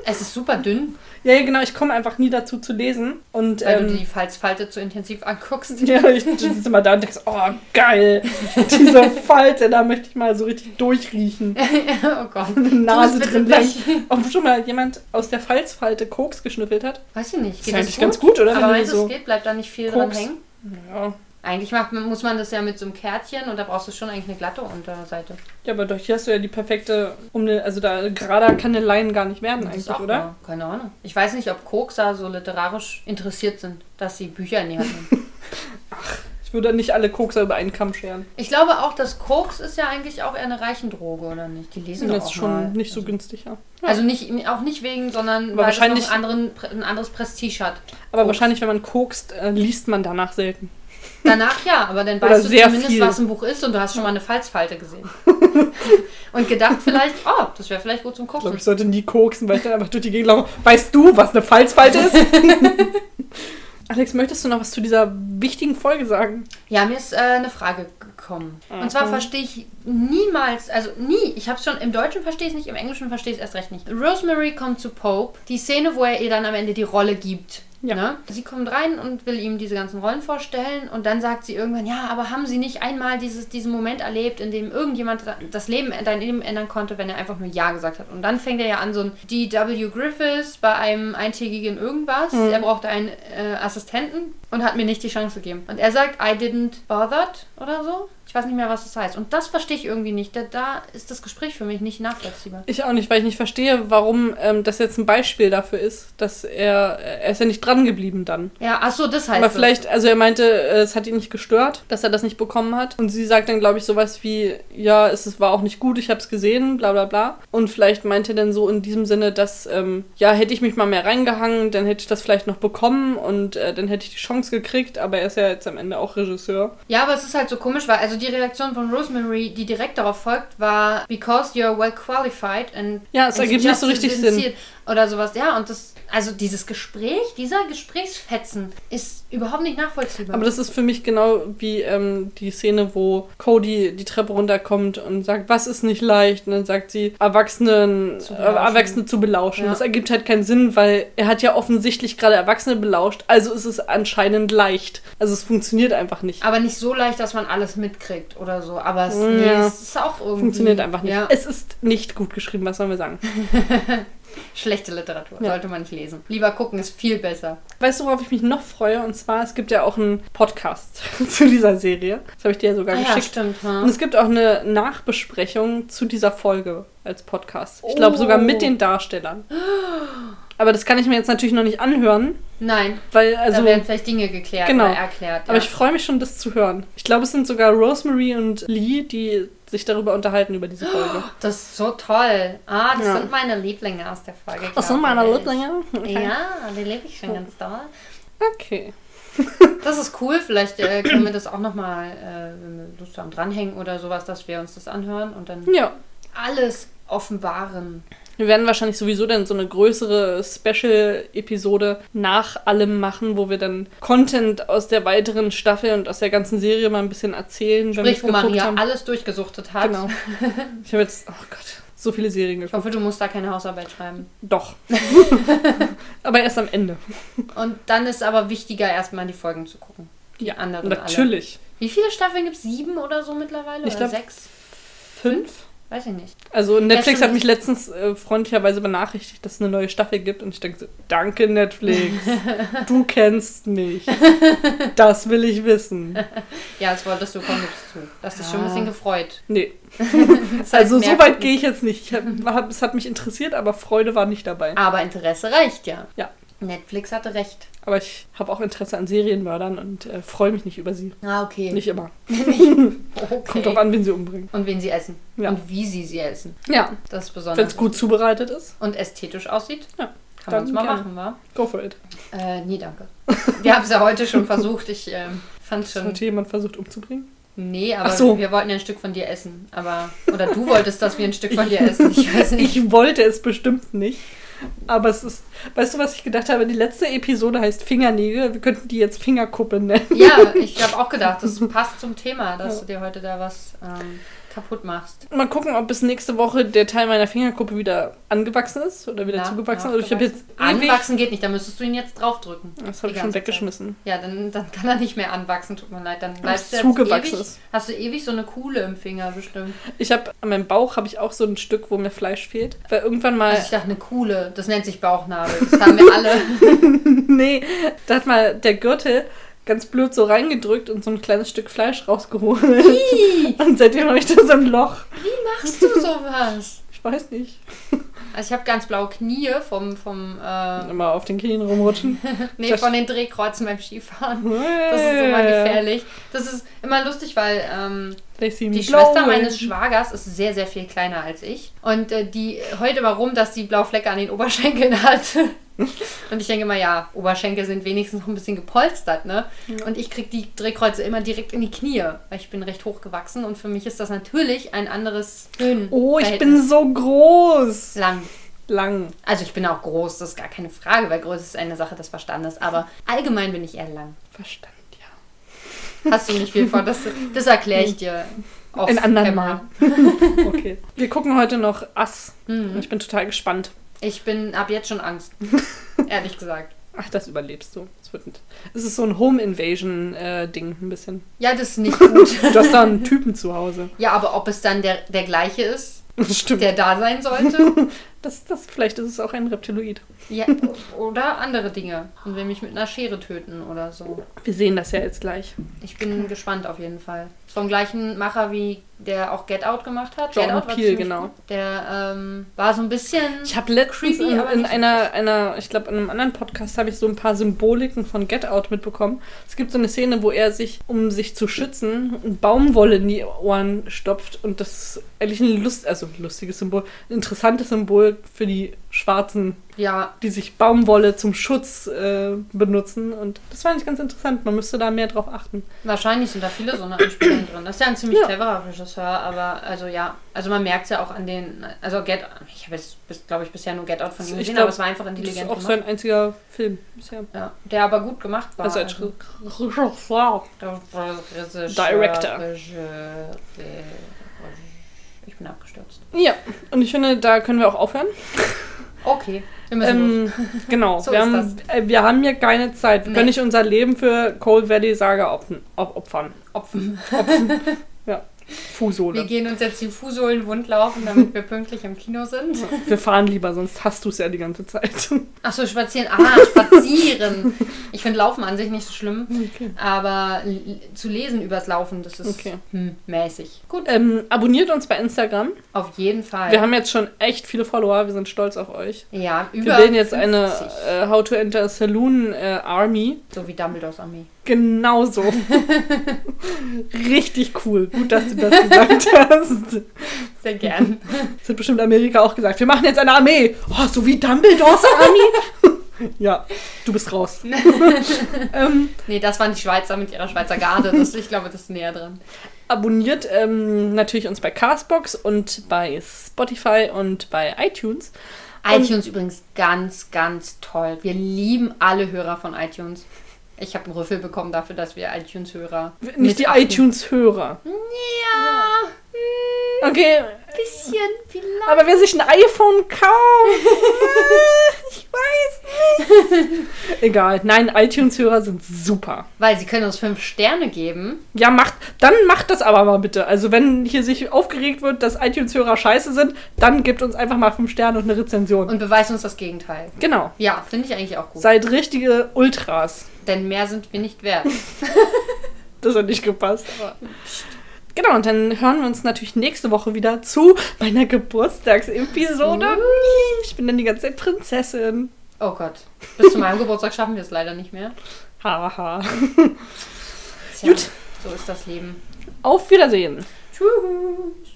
Speaker 2: es ist super dünn.
Speaker 3: Ja, ja, genau, ich komme einfach nie dazu zu lesen. Und,
Speaker 2: Weil
Speaker 3: ähm,
Speaker 2: du dir die Falzfalte zu intensiv anguckst. Ne?
Speaker 3: Ja, ich sitze immer da und denke, so, oh geil, diese Falte, da möchte ich mal so richtig durchriechen.
Speaker 2: oh Gott.
Speaker 3: Nase
Speaker 2: Du bist
Speaker 3: drin
Speaker 2: bitte
Speaker 3: lang. Ob schon mal jemand aus der Falzfalte Koks geschnüffelt hat?
Speaker 2: Weiß ich nicht.
Speaker 3: Ist ja eigentlich ganz gut, oder?
Speaker 2: Aber
Speaker 3: Wenn
Speaker 2: wenn
Speaker 3: du
Speaker 2: es
Speaker 3: so-
Speaker 2: geht, bleibt da nicht viel dran
Speaker 3: Koks.
Speaker 2: hängen.
Speaker 3: Ja.
Speaker 2: Eigentlich macht, man- muss man das ja mit so einem Kärtchen und da brauchst du schon eigentlich eine glatte Unterseite.
Speaker 3: ja, aber doch, hier hast du ja die perfekte, um eine, also da gerader kann eine Line gar nicht werden
Speaker 2: Das ist
Speaker 3: eigentlich,
Speaker 2: auch
Speaker 3: oder?
Speaker 2: mal- Keine Ahnung. Ich weiß nicht, ob Kokser so literarisch interessiert sind, dass sie Bücher in die Hand nehmen.
Speaker 3: Ich würde nicht alle Kokser über einen Kamm scheren.
Speaker 2: ich glaube auch, dass Koks ist ja eigentlich auch eher eine reichen Droge, oder nicht? Die lesen doch
Speaker 3: das
Speaker 2: auch
Speaker 3: ist schon
Speaker 2: mal.
Speaker 3: nicht so günstig, ja.
Speaker 2: Also nicht, auch nicht wegen, sondern
Speaker 3: Aber
Speaker 2: weil es noch
Speaker 3: wahrscheinlich-
Speaker 2: einen anderen, Pre- ein anderes Prestige hat.
Speaker 3: Aber
Speaker 2: Koks.
Speaker 3: wahrscheinlich, wenn man kokst, äh, liest man danach selten.
Speaker 2: Danach ja, aber dann
Speaker 3: Oder
Speaker 2: weißt du
Speaker 3: sehr
Speaker 2: zumindest,
Speaker 3: viel.
Speaker 2: was ein Buch ist und du hast schon mal eine Falzfalte gesehen. und gedacht vielleicht, oh, das wäre vielleicht gut zum
Speaker 3: Ich glaube,
Speaker 2: Koksen.
Speaker 3: ich sollte nie koksen, weil ich dann einfach durch die Gegend laufe. Weißt du, was eine Falzfalte ist? Alex, möchtest du noch was zu dieser wichtigen Folge sagen?
Speaker 2: Ja, mir ist äh, eine Frage gekommen. Und zwar verstehe ich niemals, also nie, ich habe es schon im Deutschen verstehe ich nicht, im Englischen verstehe ich es erst recht nicht. Rosemary kommt zu Pope, die Szene, wo er ihr dann am Ende die Rolle gibt.
Speaker 3: Ja.
Speaker 2: Ne? Sie kommt rein und will ihm diese ganzen Rollen vorstellen und dann sagt sie irgendwann, ja, aber haben Sie nicht einmal dieses, diesen Moment erlebt, in dem irgendjemand da- das Leben, dein Leben ändern konnte, wenn er einfach nur Ja gesagt hat? Und dann fängt er ja an, so ein D.W. Griffiths bei einem eintägigen irgendwas.
Speaker 3: Hm.
Speaker 2: Er brauchte einen äh, Assistenten und hat mir nicht die Chance gegeben. Und er sagt, I didn't bothered oder so. Ich weiß nicht mehr, was das heißt. Und das verstehe ich irgendwie nicht. Da, da ist das Gespräch für mich nicht nachvollziehbar.
Speaker 3: Ich auch nicht, weil ich nicht verstehe, warum ähm, das jetzt ein Beispiel dafür ist, dass er, er ist ja nicht dran geblieben dann.
Speaker 2: Ja, ach so, das heißt
Speaker 3: Aber
Speaker 2: es.
Speaker 3: vielleicht, also er meinte, äh, es hat ihn nicht gestört, dass er das nicht bekommen hat. Und sie sagt dann, glaube ich, sowas wie, ja, es ist- war auch nicht gut, ich habe es gesehen, bla bla bla. Und vielleicht meinte er dann so in diesem Sinne, dass, ähm, ja, hätte ich mich mal mehr reingehangen, dann hätte ich das vielleicht noch bekommen und äh, dann hätte ich die Chance gekriegt. Aber er ist ja jetzt am Ende auch Regisseur.
Speaker 2: Ja, aber es ist halt so komisch, weil also die Reaktion von Rosemary, die direkt darauf folgt, war Because you're well qualified and
Speaker 3: Ja, es
Speaker 2: and
Speaker 3: ergibt nicht so
Speaker 2: just
Speaker 3: richtig
Speaker 2: didn't
Speaker 3: Sinn.
Speaker 2: see it. oder sowas. Ja, und das also dieses Gespräch, dieser Gesprächsfetzen ist überhaupt nicht nachvollziehbar.
Speaker 3: Aber das ist für mich genau wie ähm, die Szene, wo Cody die Treppe runterkommt und sagt, was ist nicht leicht? Und dann sagt sie, Erwachsenen
Speaker 2: Zu
Speaker 3: äh,
Speaker 2: belauschen.
Speaker 3: Erwachsene zu belauschen.
Speaker 2: Ja.
Speaker 3: Das ergibt halt keinen Sinn, weil er hat ja offensichtlich gerade Erwachsene belauscht, also ist es anscheinend leicht. Also es funktioniert einfach nicht.
Speaker 2: aber nicht so leicht, dass man alles mitkriegt oder so. Aber es, nee,
Speaker 3: Ja.
Speaker 2: es ist auch irgendwie.
Speaker 3: Funktioniert einfach nicht.
Speaker 2: Ja,
Speaker 3: Es ist nicht gut geschrieben, was sollen wir sagen?
Speaker 2: schlechte Literatur.
Speaker 3: Ja.
Speaker 2: Sollte man nicht lesen. Lieber gucken ist viel besser.
Speaker 3: Weißt du, worauf ich mich noch freue? Und zwar, es gibt ja auch einen Podcast zu dieser Serie. Das habe ich dir ja sogar
Speaker 2: Ah ja,
Speaker 3: geschickt.
Speaker 2: stimmt.
Speaker 3: Und
Speaker 2: Hm?
Speaker 3: es gibt auch eine Nachbesprechung zu dieser Folge als Podcast. Ich glaube
Speaker 2: Oh.
Speaker 3: sogar mit den Darstellern. Aber das kann ich mir jetzt natürlich noch nicht anhören,
Speaker 2: Nein,
Speaker 3: weil
Speaker 2: da
Speaker 3: also.
Speaker 2: werden vielleicht Dinge geklärt
Speaker 3: Genau.
Speaker 2: oder erklärt.
Speaker 3: Aber
Speaker 2: ja.
Speaker 3: ich freue mich schon, das zu hören. Ich glaube, es sind sogar Rosemary und Lee, die sich darüber unterhalten über diese Folge.
Speaker 2: Das ist so toll. Ah, das
Speaker 3: Ja.
Speaker 2: sind meine Lieblinge aus der Folge.
Speaker 3: Das sind meine
Speaker 2: glaub ich.
Speaker 3: Lieblinge. Okay.
Speaker 2: Ja, die liebe ich schon ganz doll.
Speaker 3: okay.
Speaker 2: Das ist cool. Vielleicht äh, können wir das auch nochmal, äh, wenn wir Lust haben, dranhängen oder sowas, dass wir uns das anhören und dann
Speaker 3: Ja.
Speaker 2: alles offenbaren.
Speaker 3: Wir werden wahrscheinlich sowieso dann so eine größere Special-Episode nach allem machen, wo wir dann Content aus der weiteren Staffel und aus der ganzen Serie mal ein bisschen erzählen. wenn wir's
Speaker 2: Sprich, wo Maria
Speaker 3: haben.
Speaker 2: alles durchgesuchtet hat.
Speaker 3: Genau. Ich habe jetzt, oh Gott, so viele Serien
Speaker 2: Ich
Speaker 3: geguckt.
Speaker 2: hoffe, du musst da keine Hausarbeit schreiben.
Speaker 3: Doch. aber erst am Ende.
Speaker 2: Und dann ist aber wichtiger, erstmal die Folgen zu gucken. Die anderen alle.
Speaker 3: Natürlich.
Speaker 2: Wie viele Staffeln gibt es? Sieben oder so mittlerweile?
Speaker 3: Ich
Speaker 2: oder
Speaker 3: glaub-
Speaker 2: sechs?
Speaker 3: Fünf?
Speaker 2: Weiß ich nicht.
Speaker 3: Also Netflix
Speaker 2: stimmt.
Speaker 3: hat mich letztens äh, freundlicherweise benachrichtigt, dass es eine neue Staffel gibt und ich denke so, danke Netflix, du kennst mich. Das will ich wissen.
Speaker 2: Ja, das wolltest du, komm, gibst zu. Das ist schon ein
Speaker 3: Ah.
Speaker 2: bisschen gefreut.
Speaker 3: Nee,
Speaker 2: Das heißt,
Speaker 3: also so
Speaker 2: mehr-
Speaker 3: weit gehe ich jetzt nicht. Ich hab, hab, es hat mich interessiert, aber Freude war nicht dabei.
Speaker 2: Aber Interesse reicht ja.
Speaker 3: Ja.
Speaker 2: Netflix hatte recht.
Speaker 3: Aber ich habe auch Interesse an Serienmördern und äh, freue mich nicht über sie.
Speaker 2: Ah, okay.
Speaker 3: Nicht immer.
Speaker 2: okay.
Speaker 3: Kommt drauf an, wen sie umbringen.
Speaker 2: Und wen sie essen.
Speaker 3: Ja.
Speaker 2: Und wie sie sie essen.
Speaker 3: Ja.
Speaker 2: Das ist
Speaker 3: Wenn
Speaker 2: besonders.
Speaker 3: es gut zubereitet ist,
Speaker 2: Und ästhetisch aussieht.
Speaker 3: Ja.
Speaker 2: Kann man es
Speaker 3: Dann
Speaker 2: mal
Speaker 3: gerne.
Speaker 2: machen, wa?
Speaker 3: go for it.
Speaker 2: Äh, nee, danke. Wir haben es ja heute schon versucht. Ich ähm, fand
Speaker 3: Das
Speaker 2: schon.
Speaker 3: hat jemand versucht umzubringen.
Speaker 2: Nee, aber
Speaker 3: Ach so.
Speaker 2: wir wollten ja ein Stück von dir essen. Aber. Oder du wolltest, dass wir ein Stück von dir essen. Ich weiß nicht.
Speaker 3: Ich wollte es bestimmt nicht. Aber es ist. Weißt du, was ich gedacht habe? Die letzte Episode heißt Fingernägel. Wir könnten die jetzt Fingerkuppe nennen.
Speaker 2: Ja, ich habe auch gedacht, das passt zum Thema, dass du dir heute da was ähm, kaputt machst.
Speaker 3: Mal gucken, ob bis nächste Woche der Teil meiner Fingerkuppe wieder angewachsen ist oder wieder
Speaker 2: Na,
Speaker 3: zugewachsen.
Speaker 2: ja,
Speaker 3: Also ich habe jetzt
Speaker 2: gewachsen.
Speaker 3: ewig,
Speaker 2: Anwachsen geht nicht, da müsstest du ihn jetzt draufdrücken.
Speaker 3: das habe ich schon
Speaker 2: Die ganze Zeit.
Speaker 3: weggeschmissen.
Speaker 2: Ja, dann, dann kann er nicht mehr anwachsen, tut mir leid. Dann
Speaker 3: es
Speaker 2: bleibst du
Speaker 3: zugewachsen
Speaker 2: ewig,
Speaker 3: ist.
Speaker 2: Hast du ewig so eine Kuhle im Finger bestimmt.
Speaker 3: Ich habe an meinem Bauch habe ich auch so ein Stück, wo mir Fleisch fehlt, weil irgendwann mal
Speaker 2: Also ich dachte, eine Kuhle, das nennt sich Bauchnabel. Das haben wir alle.
Speaker 3: nee, da hat mal der Gürtel ganz blöd so reingedrückt und so ein kleines Stück Fleisch rausgeholt.
Speaker 2: Wie
Speaker 3: Und seitdem habe ich da so ein Loch.
Speaker 2: machst du sowas?
Speaker 3: Ich weiß nicht.
Speaker 2: Also ich habe ganz blaue Knie vom, vom, äh,
Speaker 3: Immer auf den Knien rumrutschen.
Speaker 2: nee,
Speaker 3: Das-
Speaker 2: von den Drehkreuzen beim Skifahren.
Speaker 3: Das
Speaker 2: Das ist immer gefährlich. Das ist immer lustig, weil ähm, Die Schwester meines Schwagers ist sehr, sehr viel kleiner als ich. Und äh, die heult immer rum, dass die Blauflecke an den Oberschenkeln hat. Und ich denke immer, ja, Oberschenkel sind wenigstens noch ein bisschen gepolstert, ne? Und ich krieg die Drehkreuze immer direkt in die Knie, weil ich bin recht hoch gewachsen und für mich ist das natürlich ein anderes Höhen.
Speaker 3: Oh, ich bin so groß.
Speaker 2: lang.
Speaker 3: Lang.
Speaker 2: Also ich bin auch groß, das ist gar keine Frage, weil Größe ist eine Sache des Verstandes, aber allgemein bin ich eher lang.
Speaker 3: Verstanden, ja.
Speaker 2: Hast du nicht viel vor, das, das erkläre ich dir. off
Speaker 3: Ein
Speaker 2: camera.
Speaker 3: andermal. Okay. Wir gucken heute noch Ass.
Speaker 2: Mhm.
Speaker 3: Ich bin total gespannt.
Speaker 2: Ich bin ab jetzt schon Angst. Ehrlich gesagt.
Speaker 3: Ach, das überlebst du. Es wird nicht- Es ist so ein Home Invasion äh, Ding ein bisschen.
Speaker 2: Ja, das ist nicht gut.
Speaker 3: Du hast da einen Typen zu Hause.
Speaker 2: ja, aber ob es dann der, der gleiche ist,
Speaker 3: Stimmt.
Speaker 2: der da sein sollte?
Speaker 3: Das, das, vielleicht ist es auch ein Reptiloid.
Speaker 2: Ja, oder andere Dinge. Und will mich mit einer Schere töten oder so.
Speaker 3: Wir sehen das ja jetzt gleich.
Speaker 2: Ich bin gespannt auf jeden Fall. Ist vom gleichen Macher, wie der auch Get Out gemacht hat.
Speaker 3: Jordan
Speaker 2: Get Out war
Speaker 3: Peele,
Speaker 2: ziemlich
Speaker 3: genau.
Speaker 2: gut. Der ähm, war so ein bisschen.
Speaker 3: Ich habe letztens
Speaker 2: Creepy,
Speaker 3: in,
Speaker 2: aber
Speaker 3: in
Speaker 2: nicht
Speaker 3: einer, einer, ich glaube, in einem anderen Podcast habe ich so ein paar Symboliken von Get Out mitbekommen. Es gibt so eine Szene, wo er sich, um sich zu schützen, Baumwolle in die Ohren stopft. Und das ist eigentlich ein Lust, also ein lustiges Symbol, ein interessantes Symbol für die Schwarzen,
Speaker 2: Ja,
Speaker 3: die sich Baumwolle zum Schutz äh, benutzen. Und das fand ich ganz interessant. Man müsste da mehr drauf achten.
Speaker 2: wahrscheinlich sind da viele so eine Anspielungen drin. Das ist ja ein ziemlich
Speaker 3: Ja.
Speaker 2: cleverer Regisseur, aber also ja. Also man merkt es ja auch an den. Also Get Ich habe jetzt, glaube ich, bisher nur Get Out von ihm
Speaker 3: Ich
Speaker 2: gesehen,
Speaker 3: glaub,
Speaker 2: aber es war einfach
Speaker 3: Das ist
Speaker 2: intelligent.
Speaker 3: auch
Speaker 2: gemacht.
Speaker 3: sein einziger Film bisher.
Speaker 2: Ja, der aber gut gemacht war.
Speaker 3: Also als Regisseur.
Speaker 2: Regisseur,
Speaker 3: Director.
Speaker 2: Regisseur, Ich bin abgestürzt.
Speaker 3: Ja, und ich finde, da können wir auch aufhören.
Speaker 2: Okay, wir müssen los.
Speaker 3: Ähm, genau,
Speaker 2: So
Speaker 3: wir,
Speaker 2: ist
Speaker 3: haben, äh, wir haben ja keine Zeit. Wir
Speaker 2: Nee.
Speaker 3: können nicht unser Leben für Cold Valley Saga opfen, op opfern.
Speaker 2: Opfen. Wir
Speaker 3: Fußsohle.
Speaker 2: gehen uns jetzt die Fußsohlen wund laufen, damit wir pünktlich im Kino sind.
Speaker 3: Wir fahren lieber, sonst hast du es ja die ganze Zeit.
Speaker 2: Achso, spazieren. Ah, spazieren. Ich finde Laufen an sich nicht so schlimm, aber l- zu lesen übers Laufen, das ist
Speaker 3: Okay.
Speaker 2: hm, mäßig. Gut,
Speaker 3: Ähm, abonniert uns bei Instagram.
Speaker 2: auf jeden Fall.
Speaker 3: Wir haben jetzt schon echt viele Follower. Wir sind stolz auf euch.
Speaker 2: ja, über
Speaker 3: Wir bilden jetzt eine
Speaker 2: 50,
Speaker 3: äh, How to Enter a Saloon äh, Army.
Speaker 2: so wie Dumbledores Armee.
Speaker 3: Genau so. Richtig cool. Gut, dass du das gesagt hast.
Speaker 2: Sehr gern.
Speaker 3: Das hat bestimmt Amerika auch gesagt. Wir machen jetzt eine Armee. Oh, so wie Dumbledores Armee. ja, du bist raus. ähm,
Speaker 2: Nee, das waren die Schweizer mit ihrer Schweizer Garde. Das, ich glaube, das ist näher dran.
Speaker 3: abonniert ähm, natürlich uns bei Castbox und bei Spotify und bei iTunes.
Speaker 2: iTunes übrigens ganz, ganz toll. Wir lieben alle Hörer von iTunes. Ich habe einen Rüffel bekommen dafür, dass wir iTunes-Hörer.
Speaker 3: Nicht die
Speaker 2: mitachten.
Speaker 3: iTunes-Hörer.
Speaker 2: Ja, hm, ein
Speaker 3: Okay,
Speaker 2: bisschen vielleicht.
Speaker 3: aber wer sich ein iPhone kauft, ich weiß nicht. Egal, nein, iTunes-Hörer sind super.
Speaker 2: Weil sie können uns fünf Sterne geben.
Speaker 3: Ja, macht, dann macht das aber mal bitte. Also wenn hier sich aufgeregt wird, dass iTunes-Hörer scheiße sind, dann gebt uns einfach mal fünf Sterne und eine Rezension.
Speaker 2: Und beweisen uns das Gegenteil.
Speaker 3: genau.
Speaker 2: Ja, finde ich eigentlich auch gut.
Speaker 3: Seid richtige Ultras.
Speaker 2: Denn mehr sind wir nicht wert.
Speaker 3: Das hat nicht gepasst. Aber. Genau, und dann hören wir uns natürlich nächste Woche wieder zu meiner Geburtstagsepisode. Ich bin dann die ganze Zeit Prinzessin.
Speaker 2: Oh Gott. Bis zu meinem Geburtstag schaffen wir es leider nicht mehr.
Speaker 3: Haha.
Speaker 2: Tja,
Speaker 3: Gut.
Speaker 2: So ist das Leben.
Speaker 3: Auf Wiedersehen.
Speaker 2: Tschüss.